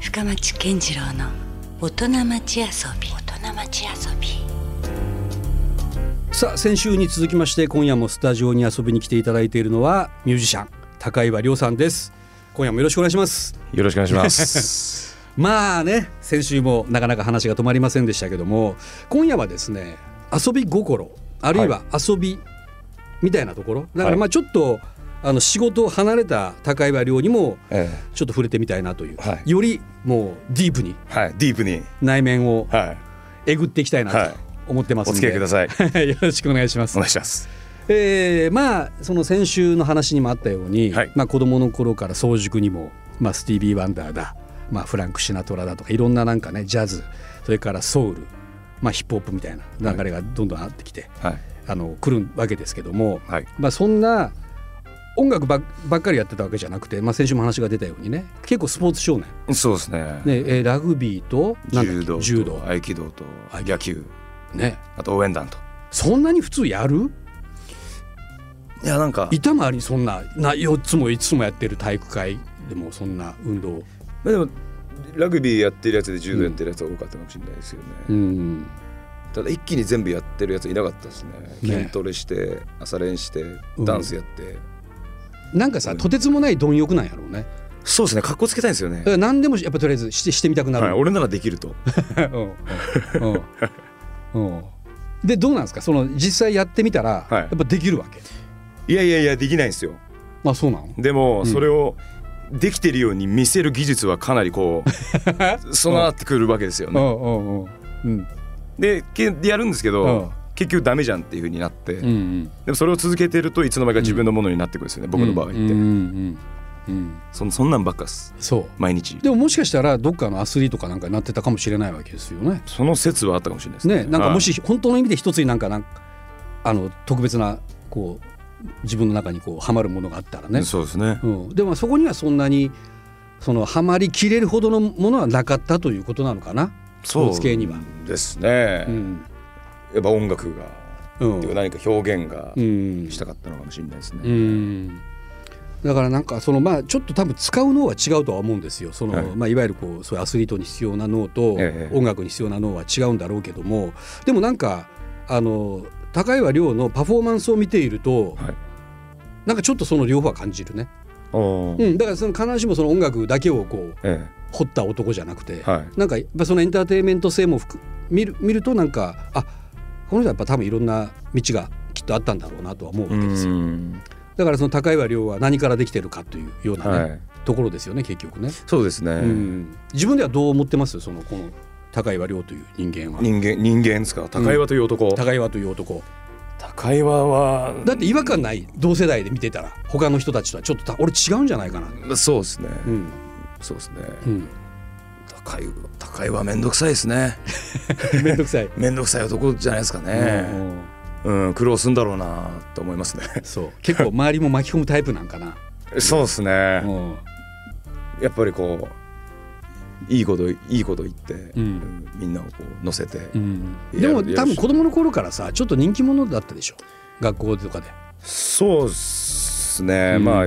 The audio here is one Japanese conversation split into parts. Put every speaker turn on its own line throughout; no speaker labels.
深町健次郎の大人町遊び大人町遊び
さあ先週に続きまして今夜もスタジオに遊びに来ていただいているのはミュージシャン高岩亮さんです今夜もよろしくお願いし ます
よろしくお願いします
まあね先週もなかなか話が止まりませんでしたけども今夜はですね遊び心あるいは遊びみたいなところ、だからまあちょっと、あの仕事を離れた高岩亮にも
え
ちょっと触れてみたいなという、
はい
よりもうディープに
えはい、ディープに、
内面を
はい、
えぐっていきたいな
はい
と思ってます
お
の
付き合
で、
いくだ さい。
い よろしくお願いします
お願いします。
えーまあその先週の話にもあったように、
はい
まあ、子供の頃から早熟にも、まあ、スティービー・ワンダーだ、まあ、フランク・シナトラだとかいろんななんかねジャズそれからソウル、まあ、ヒップホップみたいな流れがどんどんあってきて、
はい、
あの来るわけですけども、
はい、
まあ、そんな音楽ばっばっかりやってたわけじゃなくて、まあ、先週も話が出たようにね結構スポーツ少年、
そうですね。
ねえーラグビーとなんだっけ
柔道と、
柔道
合気道と、野球、
ね
あと応援団と。
そんなに普通やる
いや、なんか、
板回りそんなな4つも5つもやってる体育会でもそんな運動
まあでも、ラグビーやってるやつで柔道やってるやつは多かったかもしれないですよね。
うん
ただ、一気に全部やってるやついなかったですね。筋トレして、朝練して、
ん
ダンスやって。
なんかさとてつもない貪欲なんやろうね
そうですね、格好つけたいんですよね
だか。ら何でもやっぱとりあえずしてしてみたくなる、
はい、俺ならできると。
うんうんうんでどうなんですかその実際やってみたら、
はい
やっぱできるわけ
いやいやいや、できないんですよ。
まあそうなの
でもそれをできてるように見せる技術はかなりこ う備わってくるわけですよ
う
ね。
んうんうんうん
でけやるんですけ
うん
ど結局ダメじゃんっていう風になって、
うんうん
でもそれを続けてるといつの間にか自分のものになってくるんですよね、僕の場合って、
うんうんうんうん
そんそんなんばっかっす
そ
毎日
うでももしかしたらどっかのアスリートかなんかになってたかもしれないわけですよね
その説はあったかもしれないですね
ね、なんかも
はい
し本当の意味で一つになんかなんかあの特別なこう自分の中にこうはまるものがあったらね、
そうですね
うん、でもそこにはそんなにそのはまりきれるほどのものはなかったということなのかなスポーツ系には。
そうですね、
うん
やっぱ音楽が、
う
っていうんか何か表現が
うん
したかったのかもしれないですね、
うんだからなんかそのまあちょっと多分使う脳は違うとは思うんですよその、
はい
いまあ、いわゆるこうそういうアスリートに必要な脳と
ええ
音楽に必要な脳は違うんだろうけども、でもなんかあの高岩亮のパフォーマンスを見ていると、
はい
なんかちょっとその両方は感じるね、
お
う
ー
ん、だからその必ずしもその音楽だけをこう
え
掘った男じゃなくて、
えはい
なんかやっぱそのエンターテインメント性も含見る見るとなんかあこの人はやっぱ多分いろんな道がきっとあったんだろうなとは思うわけですよ。
ん
だからその高岩亮は何からできてるかというような、ね
はい
ところですよね結局ね、
そうですね、
うん自分ではどう思ってますそのこの高岩亮という人間は
人間人間ですか高岩という男、
高岩という男
高岩は
だって違和感ない同世代で見てたら他の人たちとはちょっとた俺違うんじゃないかな
そうですね、
うん
そうですね
うん
高岩高岩はめんどくさいです ね
面倒くさい、
めんどくさい男じゃないですか
う
ね
んうん
うん、苦労するんだろうなと思いますね
そう結構周りも巻き込むタイプなんかな、
そうです
う
ね
ん
やっぱりこういいこといいこと言って、
ん
うんみんなをこう乗せて、
うん、
い
で
や
も
いや
多分子供の頃からさちょっと人気者だったでしょ学校とかで
そうですね、
うん
まあ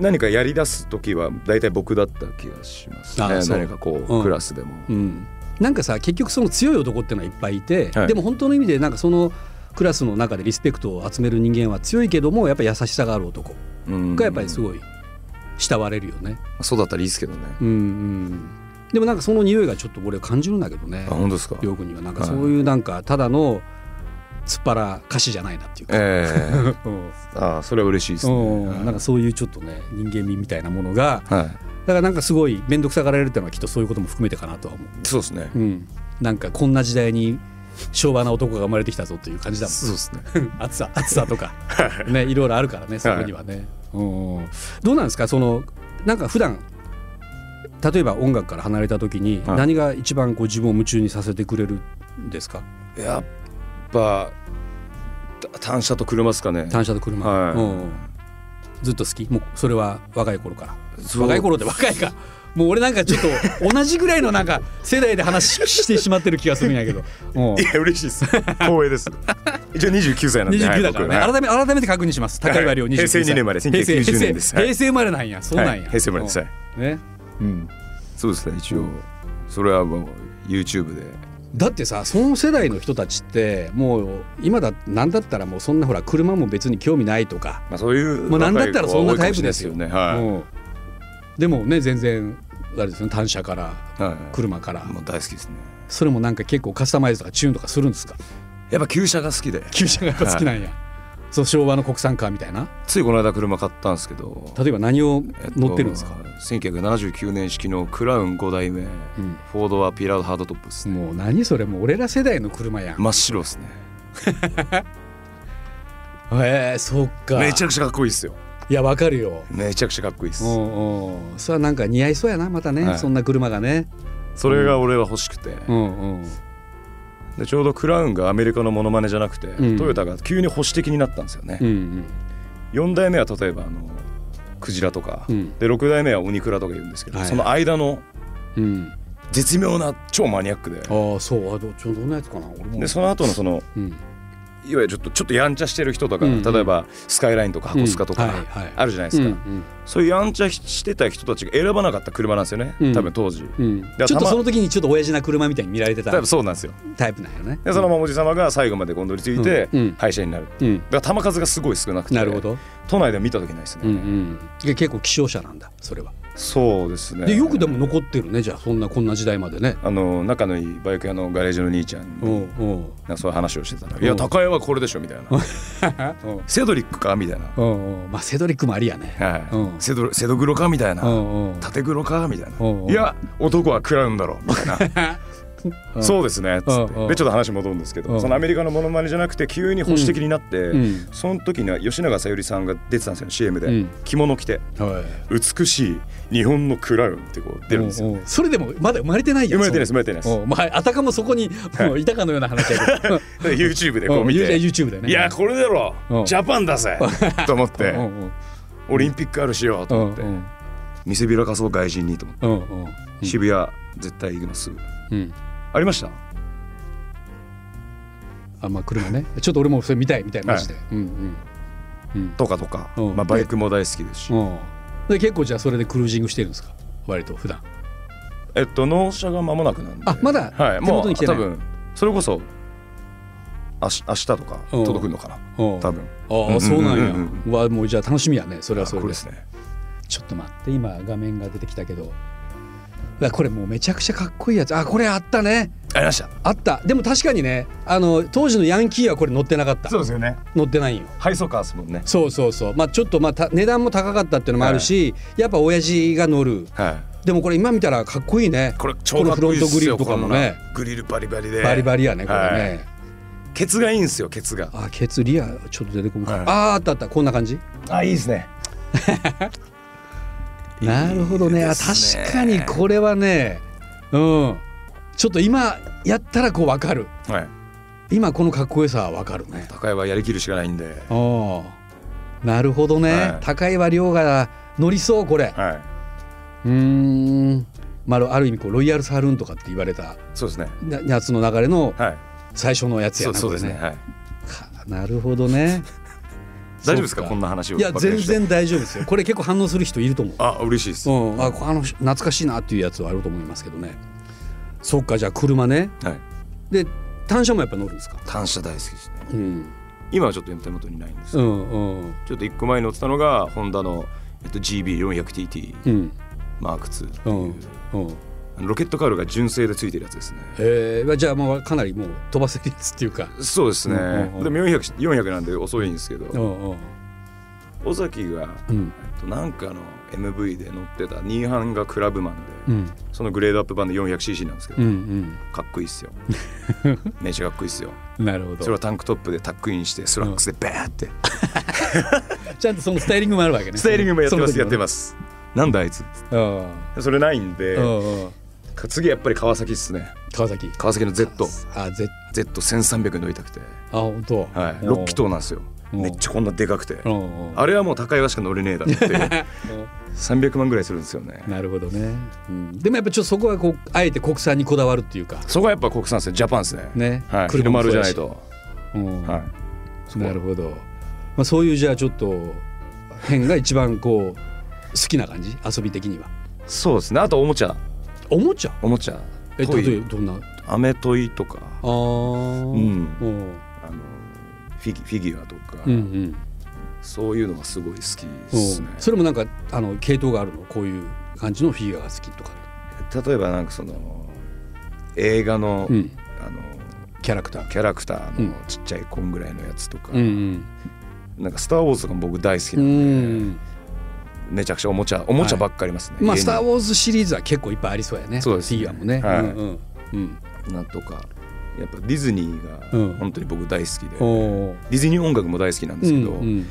何かやり出す時は大体僕だった気がしますね
あそう
何かこう、
うん
クラスでも、
うん、なんかさ結局その強い男っていうのはいっぱいいて、
はい
でも本当の意味でなんかそのクラスの中でリスペクトを集める人間は強いけどもやっぱ優しさがある男
うん
がやっぱりすごい慕われるよね。
そうだったらいいですけどね、
うんうん、でもなんかその匂いがちょっと俺感じるんだけどね
あ本当ですか
洋君にはなんか
はい
そういうなんかただの突っ腹歌詞じゃないなっていうか。
ええ
うん
ああそれは嬉しいです
うん
ね。
なんかそういうちょっとね人間味みたいなものが
はい、
だからなんかすごい面倒くさがられるっていうのはきっとそういうことも含めてかなとは思う。
そうですね
う。ん、なんかこんな時代に昭和な男が生まれてきたぞという感じだもん
そうですね。
暑さ暑さとか、ね、いろいろあるからねそこにはね、うんどうなんですかそのなんか普段例えば音楽から離れた時に
はい
何が一番こう自分を夢中にさせてくれるんですか
やっぱた単車と車ですかね。
単車と車、
はい
うんずっと好きもうそれは若い頃から
そう
若い頃って若いかもう俺なんかちょっと同じぐらいのなんか世代で話し してしまってる気がするんやけど、うん
いや嬉しいです。光 栄です。一応二十九歳なん
二
で。
十
はい
九だからね、改め改めて確認します。高岩亮
は
二
い
十
平成二年生まれ1990年です
平成平成生まれなんや、そう
僕ね
な
はい
んや。
平成生まれです。はい
ね、
うん。そうですね一応それはもう YouTube で
だってさその世代の人たちってもう今だなんだったらもうそんなほら車も別に興味ないとか、
まあそういう
もうなんだったらそんなタイプですよ
若い子は多いかもしれないですよね
もうでもね全然あれですね単車から
はい、はい
車から
もう大好きですね
それもなんか結構カスタマイズとかチューンとかするんですか
やっぱ旧車が好きで
旧車が好きなんや、そう昭和の国産カーみたいな
ついこの間車買ったんですけど
例えば何を
えっと
乗ってるんですか、
1979年式のクラウン5代目、
ん
フォードはピラードハードトップですね
もう何それもう俺ら世代の車やん、
真っ白ですね
へえそっか
めちゃくちゃかっこいいですよ
いやわかるよ
めちゃくちゃかっこいいです
うんうんそれはなんか似合いそうやなまたね、
はい
そんな車がね
それが俺は欲しくて、
うんうん
でちょうどクラウンがアメリカのモノマネじゃなくて、
うん
トヨタが急に保守的になったんですよね、
うん
4代目は例えばあのクジラとか、
うん
で6代目はオニクラとか言うんですけど、
はい
その間の
うんうん
絶妙な超マニアックで
ああそうあどちょどんなやつかな俺も
でその後のその
うん
いわゆるちょっとちょっとやんちゃしてる人とか、
うんうん
例えばスカイラインとか箱スカと
う
か
んはいはい
あるじゃないで
う
す
ん
か、
うん
そういうやんちゃしてた人たちが選ばなかった車なんですよね、
うん
多分当時、
うん
ら
ちょっと
たま
その時にちょっと親父な車みたいに見られてた
多分そうなんですよ
タイプなんよね
でそのままおじ様が最後までこどり着いて
うんうん
廃車になる、
うん
だから球数がすごい少なくて
なるほど
都内では見た時ないですね、
うんうんで結構希少車なんだそれは
そうですね
でよくでも残ってるねじゃあそんなこんな時代までね
あの仲のいいバイク屋のガレージの兄ちゃん
おう
に
おう
なんかそういう話をしてたら「
ん
いや高江はこれでしょ」みたいな
おう
「セドリックか?」みたいな
おうおうまあセドリックもありやね
はい
うん
セドセドグロか?」みたい
おう
な
おう
「縦黒か?」みたいな
うんう
「
ん
いや男は食らうんだろ」みたいな
う
「
ん
そうですね」っつってで
う
ち
ん
ょ
うん
っと話戻るんですけ
う
ど
ん
そのアメリカのモノマネじゃなくて急に保守的になって
うん
その時には吉永小百合さんが出てたんですよ CM
う
で
ん
着物着て
はい
「美しい日本のクラウン」ってこう出るんですよ
おうおうそれでもまだ生まれてないや
生
ん
まれてないです生まれてないです
おうまああたかもそこにもういたかのような話やけど
で YouTube で こう見
うん
て
YouTube だよね
いやこれだろ
うん
ジャパンだぜと思っ
う
て
んうん
オリンピックあるしようと思って
うん
見せびらかそう外人にと思っ
うんうん
て渋谷絶対行くのすぐ
うん
ありました
あまあ車ねちょっと俺もそれ見たいみたいなマジで、うん
とかとか
うん
まあバイクも大好きですし
うんうんで結構じゃあそれでクルージングしてるんですか割と普段
えっと納車が間もなくなんで
あまだ
はい
手
も
元
う
に来てな
多
い
分それこそ明日明日とか
うん
届くのかな
多
多分
ああそうなんや、
うんうんうん
うわもうじゃあ楽しみやねそれはそ
こ
れ
れ
で
ですね
ちょっと待って今画面が出てきたけどうわこれもうめちゃくちゃかっこいいやつあこれあったね
ありました
あったでも確かにねあの当時のヤンキーはこれ乗ってなかった
そうですよね
乗ってないんよ
配送カーですもんね
そうそうそうまあちょっとまあた値段も高かったっていうのもあるし、やっぱ親父が乗る
は
でもこれ今見たらかっこいいね
いこれ超かっこいい
このフロントグリル
ル
とかもね
グリルバリバリで
バリバリやねこれね、
はいケツがいいんですよケツが
あケツリアちょっと出てこんか、
はい
あああったあったこんな感じ
あいいですね
なるほどねあ
ですね
確かにこれはねうんちょっと今やったらこう分かる
はい
今このかっこよさは分かるね
高江はやりきるしかないんで
ああなるほどね、
はい
高いは量が乗りそうこれ
はいう
ーんまあある意味こうロイヤルサルーンとかって言われた
そうですね
なやつの流れの
はい
最初のやつや
そう
な
そう
こ
で
れ
すねはい
かなるほど ね
大丈夫です
そ
か
う
こんな話を
いや
ばっかり
全
して
然大丈夫ですよこれ結構反応する人いると思う
あ嬉しいです、
うん、あこあの懐かしいなっていうやつはあると思いますけどねそっかじゃあ車ね
はい
で単車もやっぱ乗るんですか
単車大好きですね
うん
今はちょっと手元にないんです
うんうん
ちょっと一個前に乗ってたのがホンダの、えっと、GB400TT
うん
マーク2って
う
いうん
うん
あのロケットカウルが純正でついてるやつですね
えー、じゃあもうかなりもう飛ばせるやつっていうか
そうですね、
うんうんうん
でも 400, 400なんで遅いんですけど、
うんうん
尾崎が、
うん
えっと、なんかの MV で乗ってたニーハンがクラブマンで、
うん
そのグレードアップ版で 400cc なんですけど、
うん
かっこいいっすよ めっちゃかっこいいっすよ
うんなるほど
それはタンクトップでタックインしてスラックスでバーって、
ちゃんとそのスタイリングもあるわけね
スタイリングもやってます、
その時
やって
のね
ますなんだあいつそれないんで、
うんうんうん
次やっぱり川崎っすね
川崎
川崎の ZZ1300
あぜ
乗りたくて、
あ本当
はい、
うん
6気筒なんですよ
うん
めっちゃこんなでかくて
うんうん
あれはもう高いわしか乗れねえだ ろっていう300万ぐらいするんですよね
なるほどね、うん、でもやっぱちょっとそこはこうあえて国産にこだわるっていうか
そこはやっぱ国産ですねジャパンですね
ね
はい、
車も
車
そ
丸
う
じ
だ
ゃな
し
いと、
うん
はい、そこは
なるほど、まあ、そういうじゃあちょっと辺が一番こう好きな感じ遊び的には
そうですねあとおもちゃ
おもちゃ
おもちゃ
え
トイ
例えばどんな
アメトイとか
あー、
う
うん
んあのフィギフィギュアとか、
うんうん
そういうのがすごい好きで
う
す
ん
ね。
それもなんかあの系統があるのこういう感じのフィギュアが好きとか、
例えばなんかその映画の、
うん、
あの
キャラクター
キャラクターの
う
ちっちゃいこんぐらいのやつとか、
うん
なんかスター・ウォーズとかも僕大好き
うん、う
なんめちゃくちゃおもちゃおもちゃばっかりありますね。
まあ「スター・
ー・
ウォーズ」シリーズは結構いっぱいありそうやね
そうで
フ
す
ィギュアもね、
はい
うんうんうん
なんとかやっぱディズニ
う
ー
ん
が本当に僕大好きで、
おー
ディズニー音楽も大好きなんですけど、
うんうん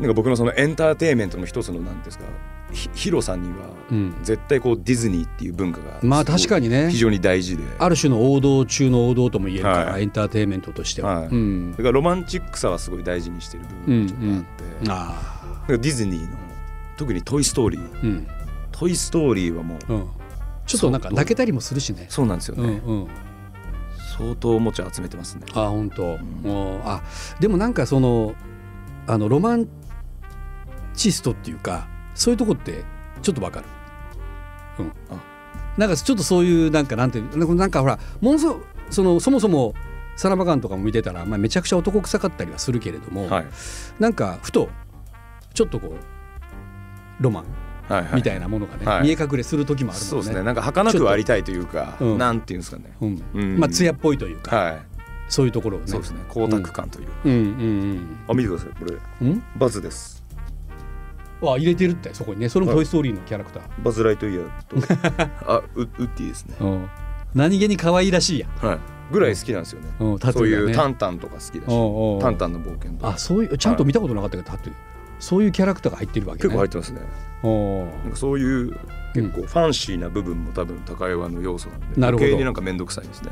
なんか僕のそのエンターテインメントの一つのなんていうんですかひ広さには
うん
絶対こうディズニーっていう文化が
まあ確か
に
にね
非常に大事で、
ある種の王道中の王道とも言えるから、
はい
エンターテインメントとしては、
はい
うん
だからロマンチックさはすごい大事にしてる部分がちょっとあって、だか
あ
らディズニーの特に「トイ・ストーリー
あうん」
「トイ・ストーリー」はもう
うんちょっとなんか泣けたりもするしね
そうなんですよ
うん
ね、
うん
相当おもちゃ集めてますね
あ本当、
ん
もうあでもなんかそのあのロマンチストっていうかそういうとこってちょっとわかる、うん
あ、
なんかちょっとそういうなんかなんていうなんかほらものすごそのそもそもサラマガンとかも見てたら、まあ、めちゃくちゃ男臭かったりはするけれども、
はい
なんかふとちょっとこうロマン
はいはい
みたいなものがね、
はい
見え隠れする時もあるもんね。
そうですねなんか儚くありたいというか、
うん
なんていうんですかね
うん
うん
まあ艶っぽいというか、
は
そういうところをね
いそうですね光沢感という、
うんうん
あ見てくださいこれ
うんうん
バズです
あ入れてるってそこにねそれも「トイ・ストーリー」のキャラクター、
バズ・ライトイヤ ーとあウウッディですね
うん何気に可愛らしいやん
はいぐらい好きなんですよね、
うんタト
そう
ゥーがね
いうタンタンとか好きだし、
おうおう
タンタンの冒険とか
あそういうちゃんと見たことなかったけど、タトゥーそういうキャラクターが入ってるわけ
結
ね
構入ってますね
おう
なんかそういう結構ファンシーな部分も多分高岩の要素なんで
なるほど
余計になんか面倒くさ いですね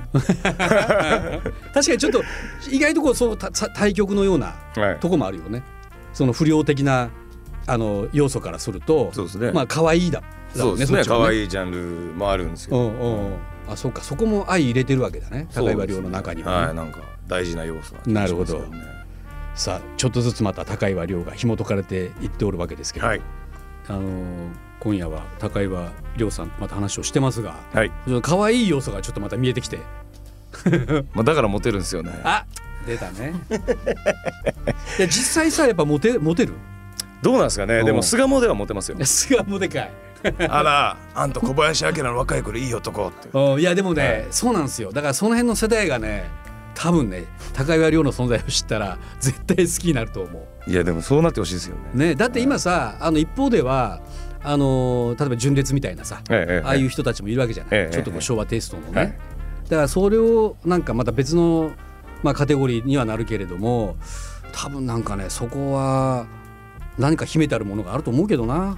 確かにちょっと意外とこうそうたさ対局のような
はい
とこもあるよねその不良的なあの要素からすると
そうですね、
まあ可愛いだだ
そうですね可
い
愛いジャンルもあるんですけ
う
ど
んうんうんあそうかそこも愛入れてるわけだね高岩亮の中にはね、
はいなんか大事な要素はありますよね
なるほさあちょっとずつまた高岩亮が紐解かれていっておるわけですけど、
はい
あのー今夜は高岩亮さんとまた話をしてますが
はい、
ちょっと可愛い要素がちょっとまた見えてきて
まあ、だからモテるんですよね
あ出たね いや実際さやっぱモテモテる
どうなんですかねで
う
も
ん
巣鴨ではモテますよ
いやすがもでかい
あらあんた小林明の若い頃いい男って
うんいやでもね、
はい
そうなんですよだからその辺の世代がね多分ね高岩亮の存在を知ったら絶対好きになると思う
いやでもそうなってほしいですよね
ね、だって今さ、あの一方ではあのー例えば純烈みたいなさ、
ええええ
ああいう人たちもいるわけじゃない、
ええ
ちょっとこう昭和テイストのね、
はい
だからそれをなんかまた別の、まあ、カテゴリーにはなるけれども多分なんかねそこは何か秘めてあるものがあると思うけどな、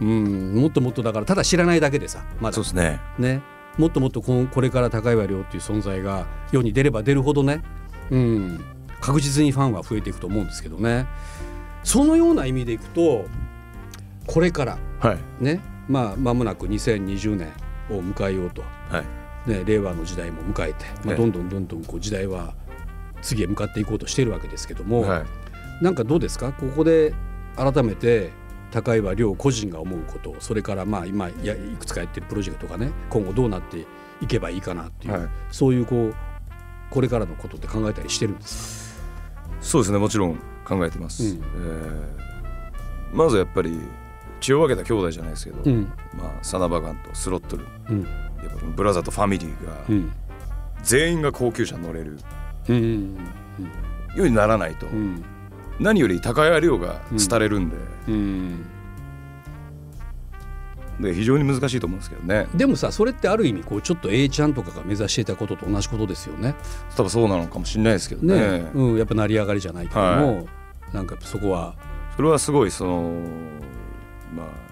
うん、もっともっとだからただ知らないだけでさまだ
そうですね
ねもっともっとこんこれから高岩亮っていう存在が世に出れば出るほどね、うん、確実にファンは増えていくと思うんですけどねそのような意味でいくとこれから
はい
ねまあ間もなく2020年を迎えようと、
はい
ね、令和の時代も迎えて、ま
え
あ、
え
どんどんどんどんこう時代は次へ向かっていこうとしているわけですけども、
はい
なんかどうですかここで改めて高岩亮個人が思うことそれからまあ今やいくつかやってるプロジェクトがね今後どうなっていけばいいかなっていう、
はい
そういうこうこれからのことって考えたりしてるんです
そうですねもちろん考えてます、
うん
えーまずやっぱり血を分けた兄弟じゃないですけど、
かうん
まあ、サナバガンとスロットル
うん
やっぱこのブラザーとファミリーが
うん
全員が高級車に乗れる
うん
ようにならないと、
うん
何より高屋亮が廃れるんで,、
うん
で非常に難しいと思うんですけどね
でもさそれってある意味こうちょっと A ちゃんとかが目指していたことと同じことですよね。
多分そうなのかもしれないですけど
ね
ね
うん、やっぱ成り上がりじゃないけども、なんかそこは、
それはすごいそのまあ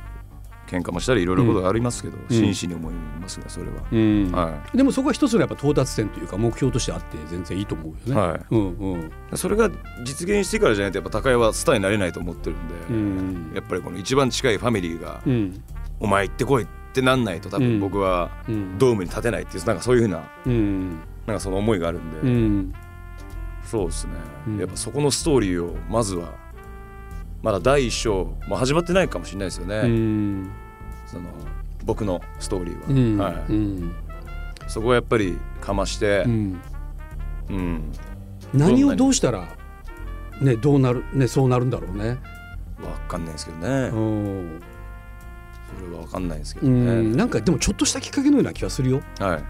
喧嘩もしたりいろいろことがありますけど、真摯に思いますねそれは、は
でもそこは一つのやっぱ到達点というか目標としてあって全然いいと思うよね。
はい
うんうん
それが実現してからじゃないとやっぱ高屋はスターになれないと思ってるんで、
うん
やっぱりこの一番近いファミリーが
うんうん
「お前行ってこい」ってなんないと多
うん
分僕は
うん
ドームに立てないっていうなんかそういうふうな
うん
なんかその思いがあるんで、
うん
そうですね、
うん
やっぱそこのストーリーをまずはまだ第一章もう始まってないかもしれないですよね、
うん
その僕のストーリーは、
うん
は
う
い、
ん
そこはやっぱりかまして
う、ん
うん、
何をどうしたらねどうなるねそうなるんだろうね。
わかんないですけどね、
うん
それはわかんないですけ
う
ど
ん
ね、
なんかでもちょっとしたきっかけのような気がするよ。
はい、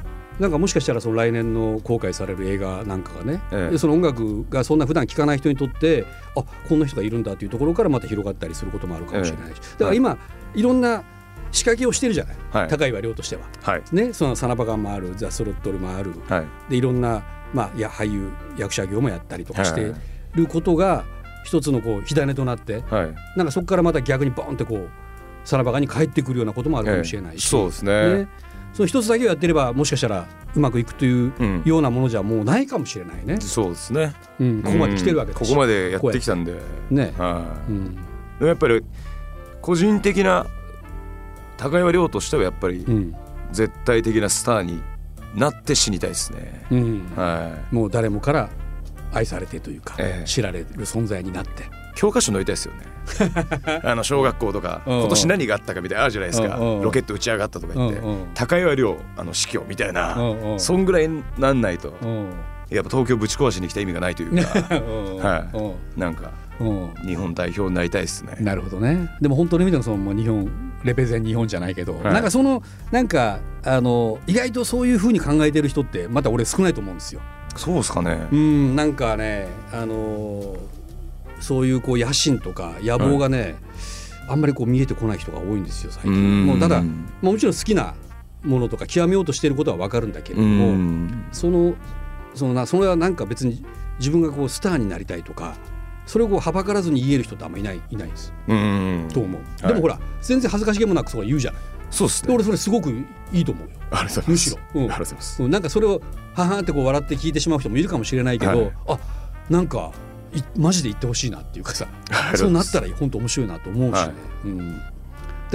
なんかもしかしたらその来年の公開される映画なんかがね、
ええ
でその音楽がそんな普段聴かない人にとってあこんな人がいるんだというところからまた広がったりすることもあるかもしれないし、だから今、い、ろんな仕掛けをしてるじゃない、
はい
高岩亮としては。
はい
ね、そのサナバガンもあるザ・スロットルもある
はい
でいろんな、まあ、いや俳優役者業もやったりとかし
はい
て
はい
ることが一つのこう火種となって
はい
なんかそこからまた逆にボンってこうサナバガンに帰ってくるようなこともあるかもしれないし。
ええそうですね
ね、その一つだけをやってればもしかしたらうまくいくという
うん
ようなものじゃもうないかもしれないね、
そうですね
うん、ここまで来てるわけ
うん
だ
こ
し
こまでやってきたんで
ね
はい
うん
でもやっぱり個人的な高岩亮としてはやっぱり
うん
絶対的なスターになって死にたいですね、
うん
は
もう誰もから愛されてというか、
ええ
知られる存在になって
い、教科書に載りたいですよ ねあの小学校とか
うんうん
今年何があったかみたいなのあるじゃないですか
うんうん
ロケット打ち上がったとか言って
うんうん
高岩亮あの死去みたいな
うんうん
そんぐらいなんないと
うん
やっぱ東京ぶち壊しに来た意味がないという かはなんか
うん
日本代表になりたいですね
なるほどねでも本当の意味でのそのまあ日本レペゼン日本じゃないけど、
はい
なんかそのなんかあの意外とそういうふうに考えてる人ってまた俺少ないと思うんですよ。
そうですかね
うん、なんかね、あのーそういうこう野心とか野望がね、あんまりこう見えてこない人が多いんですよ最
うー
近。
ん
もうただ、まあ、もちろん好きなものとか極めようとしていることはわかるんだけれ
う
ども、
ん
そのそのなそれはなんか別に自分がこうスターになりたいとか。それをこうはばからずに言える人ってあんまいないいないです
うん
と思う、
はい
でもほら全然恥ずかしげもなくそれ言うじゃない
そうです
で
ね
俺それすごくいいと思うよ
ありがとうございます
むしろ、うん
ありがとうございます
うんなんかそれをははんってこう笑って聞いてしまう人もいるかもしれないけど、
はい
あなんかいマジで言ってほしいなっていうかさ
ありがと
そう
ござい
な
ま
っ
す
たら本当面白いなと思うしね、
はい
うん、だか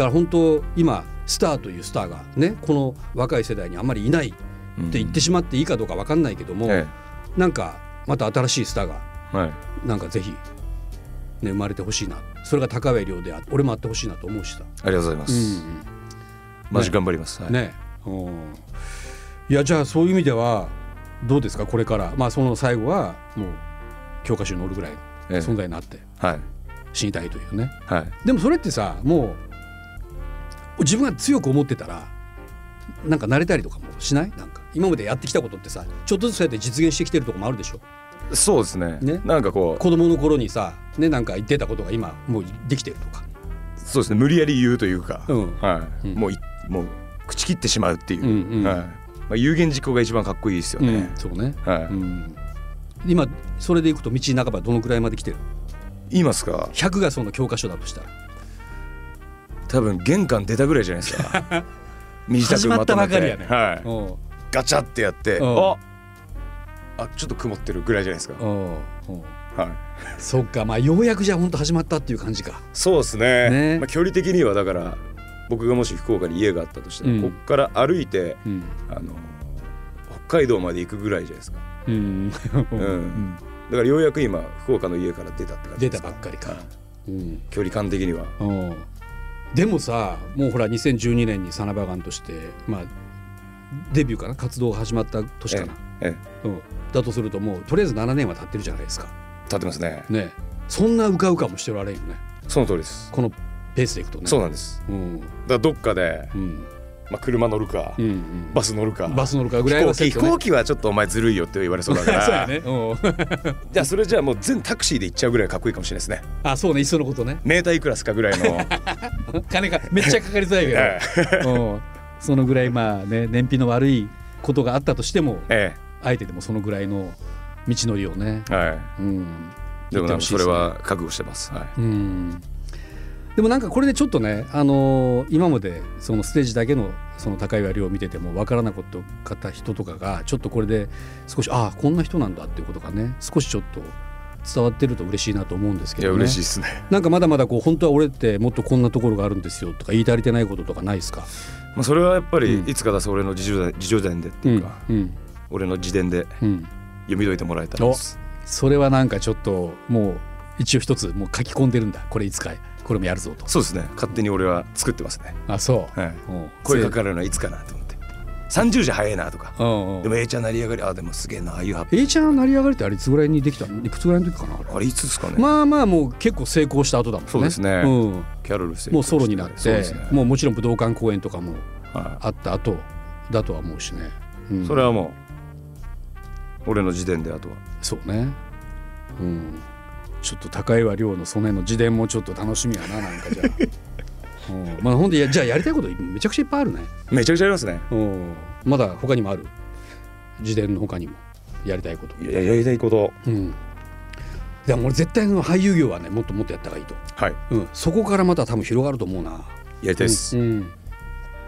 ら本当今スターというスターがねこの若い世代にあんまりいないって言ってしまっていいかどうか分かんないけども、
え
なんかまた新しいスターが
えはい
なんかぜひ、ね、生まれてほしいなそれが高上亮であ俺もあってほしいなと思うしさ。
ありがとうございます、
うん
マジ頑張ります、はい
ね、うんいやじゃあそういう意味ではどうですかこれからまあその最後はもう教科書に載るぐらい
ええ
存在になって
はい
死にたいというね
はい
でもそれってさもう自分が強く思ってたらなんか慣れたりとかもしないなんか今までやってきたことってさちょっとずつそうやって実現してきてるとこもあるでしょ
そうですね
ね
なんかこう
子供の頃にさねなんか言ってたことが今もうできてるとか
そうですね無理やり言うというか、
うん
はい、
うん
もういもう朽ち切ってしまうっていう、
うんうん
はいまあ、有言実行が一番かっこいいですよね、
そうね、
はい、
うん、今それでいくと道半ばどのくらいまで来てる
言いますか
100がその教科書だとしたら
多分玄関出たぐらいじゃないですか 短く
始ま
ま
った
と
ば
め
かり
て
やね
はい、
おう
ガチャってやって、
うん
ああちょっと曇ってるぐらいじゃないですか、
おうおう
はい、
そっかまあようやくじゃあ本当始まったっていう感じか
そうですね
ね
まあ、距離的にはだから僕がもし福岡に家があったとしたら、
うん
ここから歩いて
うん
あの北海道まで行くぐらいじゃないですか
うん
んだからようやく今福岡の家から出たって感じ
出た
です
ばっかりか
は
う
い、
ん、
距離感的には
おうでもさもうほら2012年にサナバガンとしてまあデビューかな活動が始まった年かな、
ええ
うん、だとするともうとりあえず7年は経ってるじゃないですか
立ってますね
ねそんなうかうかもしておられんよね
その通りです
このペースでいくとね
そうなんです
うん
だからどっかで
う、ん
まあ、車乗るか、
うんうん
バス乗るか
バス乗るかぐらい
飛
は
行
セ
機
ッ
飛
トね
行機はちょっとお前ずるいよって言わ れそうだか
そうや
ら
ねおう
じゃあそれじゃあもう全タクシーで行っちゃうぐらいかっこいいかもしれないですね
あそうねいっそのこと ね
名体クラスかぐらいの、
金がめっちゃかかりづらいけど
ええ
うんそのぐらいまあね燃費の悪いことがあったとしても
え
あえてでもそのぐらいの道のりをね、
えはい
うん、
でもなんかそれ
行
は覚悟してます。はい。
ってほしいですね、うん、でもなんかこれでちょっとね、あのー今までそのステージだけのその高い割を見てても分からなかった人とかがちょっとこれで少しああこんな人なんだっていうことがね少しちょっと伝わってると嬉しいなと思うんですけ
いや
ど、ね、
嬉しいですね。
なんかまだまだこう本当は俺ってもっとこんなところがあるんですよとか言い足りてないこととかないですか、
まあそれはやっぱり
うん
いつか出す俺の自助伝自助伝でって
う
いうんか、
うん
俺の自伝で
うん、
読み解いてもらえたらです。
それはなんかちょっともう一応一つもう書き込んでるんだこれいつかこれもやるぞと
そうですね勝手に俺は作ってますね、
あそう、
は
う
い、
ん
声かかるのはいつかなと思って30じゃ早いなとか
うんうん
でも A ちゃん成り上がりあでもすげえなああいうハッピー
A ちゃんの成り上がりってあれいつぐらいにできたのいくつぐらいの時かなあれ
あれいつですかね、
まあまあもう結構成功した後だもんね
そうですね
うん、
キャロル成功して
もうソロになって
そうですね
もうもちろん武道館公演とかも
は
あった後だとは思うしね、うん
い、それはもう俺の時点であとは
そうねうんちょっと高岩亮のその辺の自伝もちょっと楽しみやななんかじゃ あ、うん、まあほんでいやじゃあやりたいことめちゃくちゃいっぱいあるね、
めちゃくちゃありますね
うん、まだ他にもある自伝の他にもやりたいこと
いややりたいこと
うんでも俺絶対の俳優業はねもっともっとやった方がいいと、
はい
うん、そこからまた多分広がると思うな
やりたいです、
うん、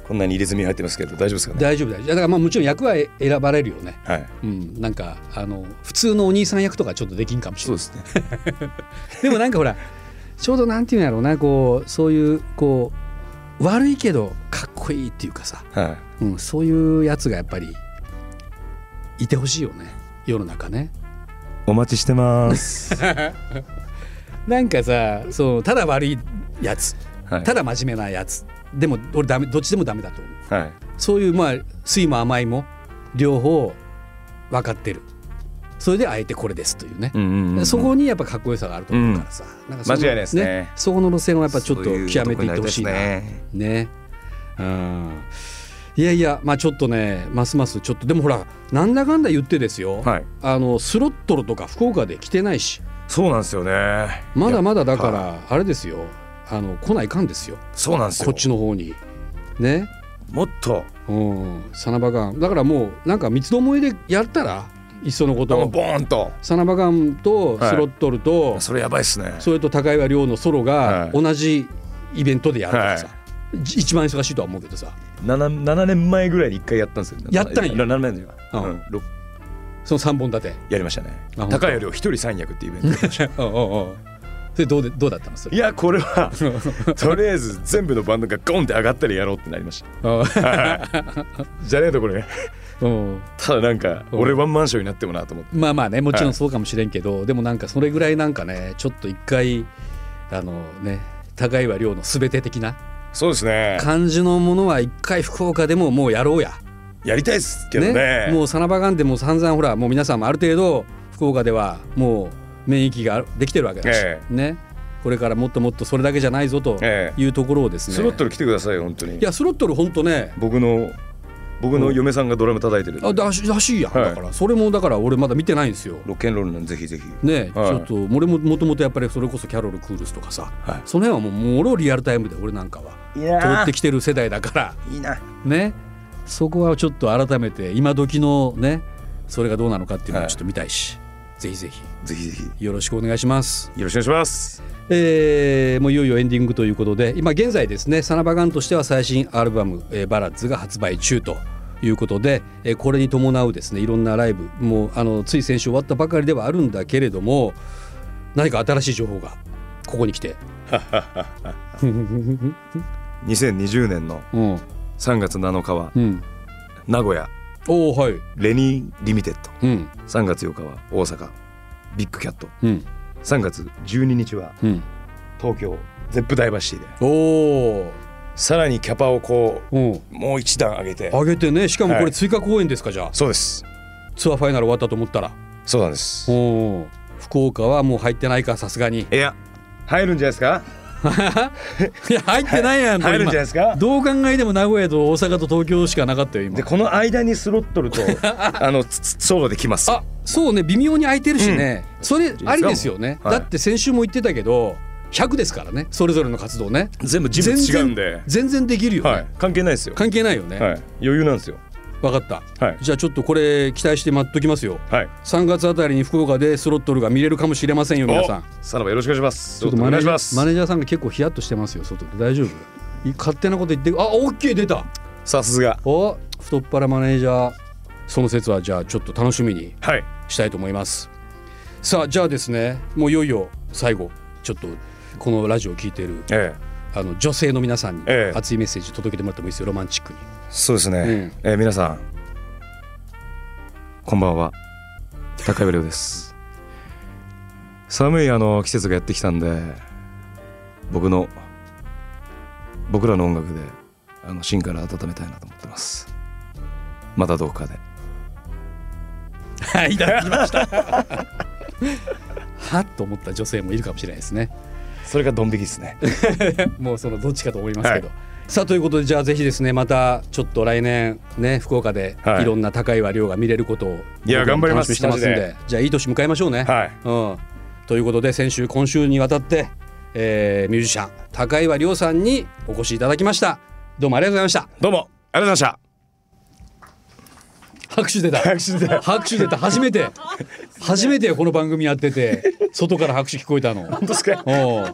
こんなに入れ墨入ってますけど大丈夫ですかね
大丈夫大丈夫だからまあもちろん役は選ばれるよね
はい
うん、なんかあの普通のお兄さん役とかちょっとできんかもしれ
そう
な
で
い
すね
でもなんかほらちょうどなんていうんやろうなこうそういうこう悪いけどかっこいいっていうかさ、
は
うん、そういうやつがやっぱりいてほしいよね世の中ね
いお待ちしてます
なんかさそうただ悪いやつ
はい
ただ真面目なやつでも俺ダメどっちでもダメだと思う
はい
そういうまあ酸いも甘いも両方分かってるそれであえてこれですというね、
うんうんうん
そこにやっぱかっこよさがあると思うからさ、なんかその
間違いないですね
そこの路線はやっぱちょっと
そう
極
い
め
う
ていってほしいな
とこになりたいですね
ねうんいやいやまあちょっとねますますちょっとでもほらなんだかんだ言ってですよ、
はい
あのスロットルとか福岡で来てないし
そうなんですよね
まだまだだか
やっ
らあれですよあの来ないかんですよ
ぱそうなんですよ
こっちの方にね
もっと
うんサナバガンだからもうなんか三つどもえでやったらいっそのこ
あもう
と
ボーンと
サナバガンとスロットルと、
それやばいっすね
それと高岩亮のソロが
はい
同じイベントでやるからさ、
は
じ一番忙しいとは思うけどさ
7, 7年前ぐらいに1回やったんですよ
やったんや
7年前じゃ
うん
うんろ
その3本立て
やりましたね
あ本当
高いより一人三役って いうイベントやりました
おうおうおうそれどうでどうだったのそ
い
れ
やこれはとりあえず全部のバンドがゴンって上がったらやろうってなりました
おう
じゃねえとこれ
お う
ただなんか俺ワンマンションになってもなと思って
まあまあねもちろんそうかもしれんけど、でもなんかそれぐらいなんかねちょっと一回あのね高岩亮の全て的な
そうですね
感じのものは一回福岡でももうやろうや。
やりたいっすけどね
もうサナバガンでも散々ほらもう皆さんもある程度福岡ではもう免疫ができてるわけだし、
え
ねこれからもっともっとそれだけじゃないぞと
え
いうところをですね、
スロットル来てくださいよ本当に
いやスロットル本当ね
僕の僕の嫁さんがドラム叩いてる
あだしらしいやん、
はい
だからそれもだから俺まだ見てないんですよ
ロッケンロールなんでぜひぜひ
ね、
はい
ちょっと俺ももともとやっぱりそれこそキャロル・クールスとかさ、
はい
その辺はもうもろリアルタイムで俺なんかはい通
や
ってきてる世代だから
いいな
ねそこはちょっと改めて今時のねそれがどうなのかっていうのをちょっと見たいし、ぜひぜひ
ぜひぜひよ
よろしくお願いします。
ろしくお願いします
えーもういよいよエンディングということで今現在ですねサナバガンとしては最新アルバム「えーバラッツ」が発売中ということで、えーこれに伴うですねいろんなライブもうあのつい先週終わったばかりではあるんだけれども何か新しい情報がここに来て、
2020年の
うん
3月7日は
うん、
名古屋
おおはい、
レニーリミテッド
うん
3月4日は大阪ビッグキャット
うん
3月12日は
うん、
東京ゼップダイバーシティで
おお、
さらにキャパをこ
うん、
うもう一段上げて
上げてねしかもこ
は
れ
い
追加公演ですかじゃあ
そうです
ツアーファイナル終わったと思ったら
そうなんです
おー福岡はもう入ってないかさすがに
いや入るんじゃないですか
いや入ってないやん、
入るんじゃないですか
どう考えても名古屋と大阪と東京しかなかったよ今
でこの間にスロット ルとあのつつソロできます
あそうね微妙に空いてるしね、それ
ですか
ありですよね、
は
だ
い
って先週も言ってたけど100ですからねそれぞれの活動ね
全部
全然全然できるよね、
はい関係ないですよ
関係ないよね、
はい余裕なんですよ
分かった、
はい
じゃあちょっとこれ期待して待っときますよ
はい
3月あたりに福岡でスロットルが見れるかもしれませんよ皆さん
おさらばよろしくお願いします
ちょっと
お
マネ
願
ー
い
ジ
し
ャ
ます
ーマネージャーさんが結構ヒヤッとしてますよ外で大丈夫い勝手なこと言ってあオッケー出た
さすが
お太っ腹マネージャーその説はじゃあちょっと楽しみに
はい
したいと思いますさあじゃあですねもういよいよ最後ちょっとこのラジオを聞いている
ええ
あの女性の皆さんに
ええ
熱いメッセージ届けてもらってもいいですよロマンチックに
そうですね、
うん
えー皆さんこんばんは高岩亮です寒いあの季節がやってきたんで僕の僕らの音楽であの芯から温めたいなと思ってますまたどこかで
はいいただきましたはっと思った女性もいるかもしれないですね
それがドン引きですね
もうそのどっちかと思いますけど、さあということでじゃあぜひですねまたちょっと来年ね福岡で
はい
いろんな高い和量が見れることを
いや
僕らも
頑張ります
楽しみにしてますん
マ
でじゃあいい年迎えましょうね、
はい
うん、ということで先週今週にわたって、えーミュージシャン高岩亮さんにお越しいただきましたどうもありがとうございました
どうもありがとうございました
拍手出た拍手出た拍手出た初めて初めてよこの番組やってて外から拍手聞こえたの本当ですかおう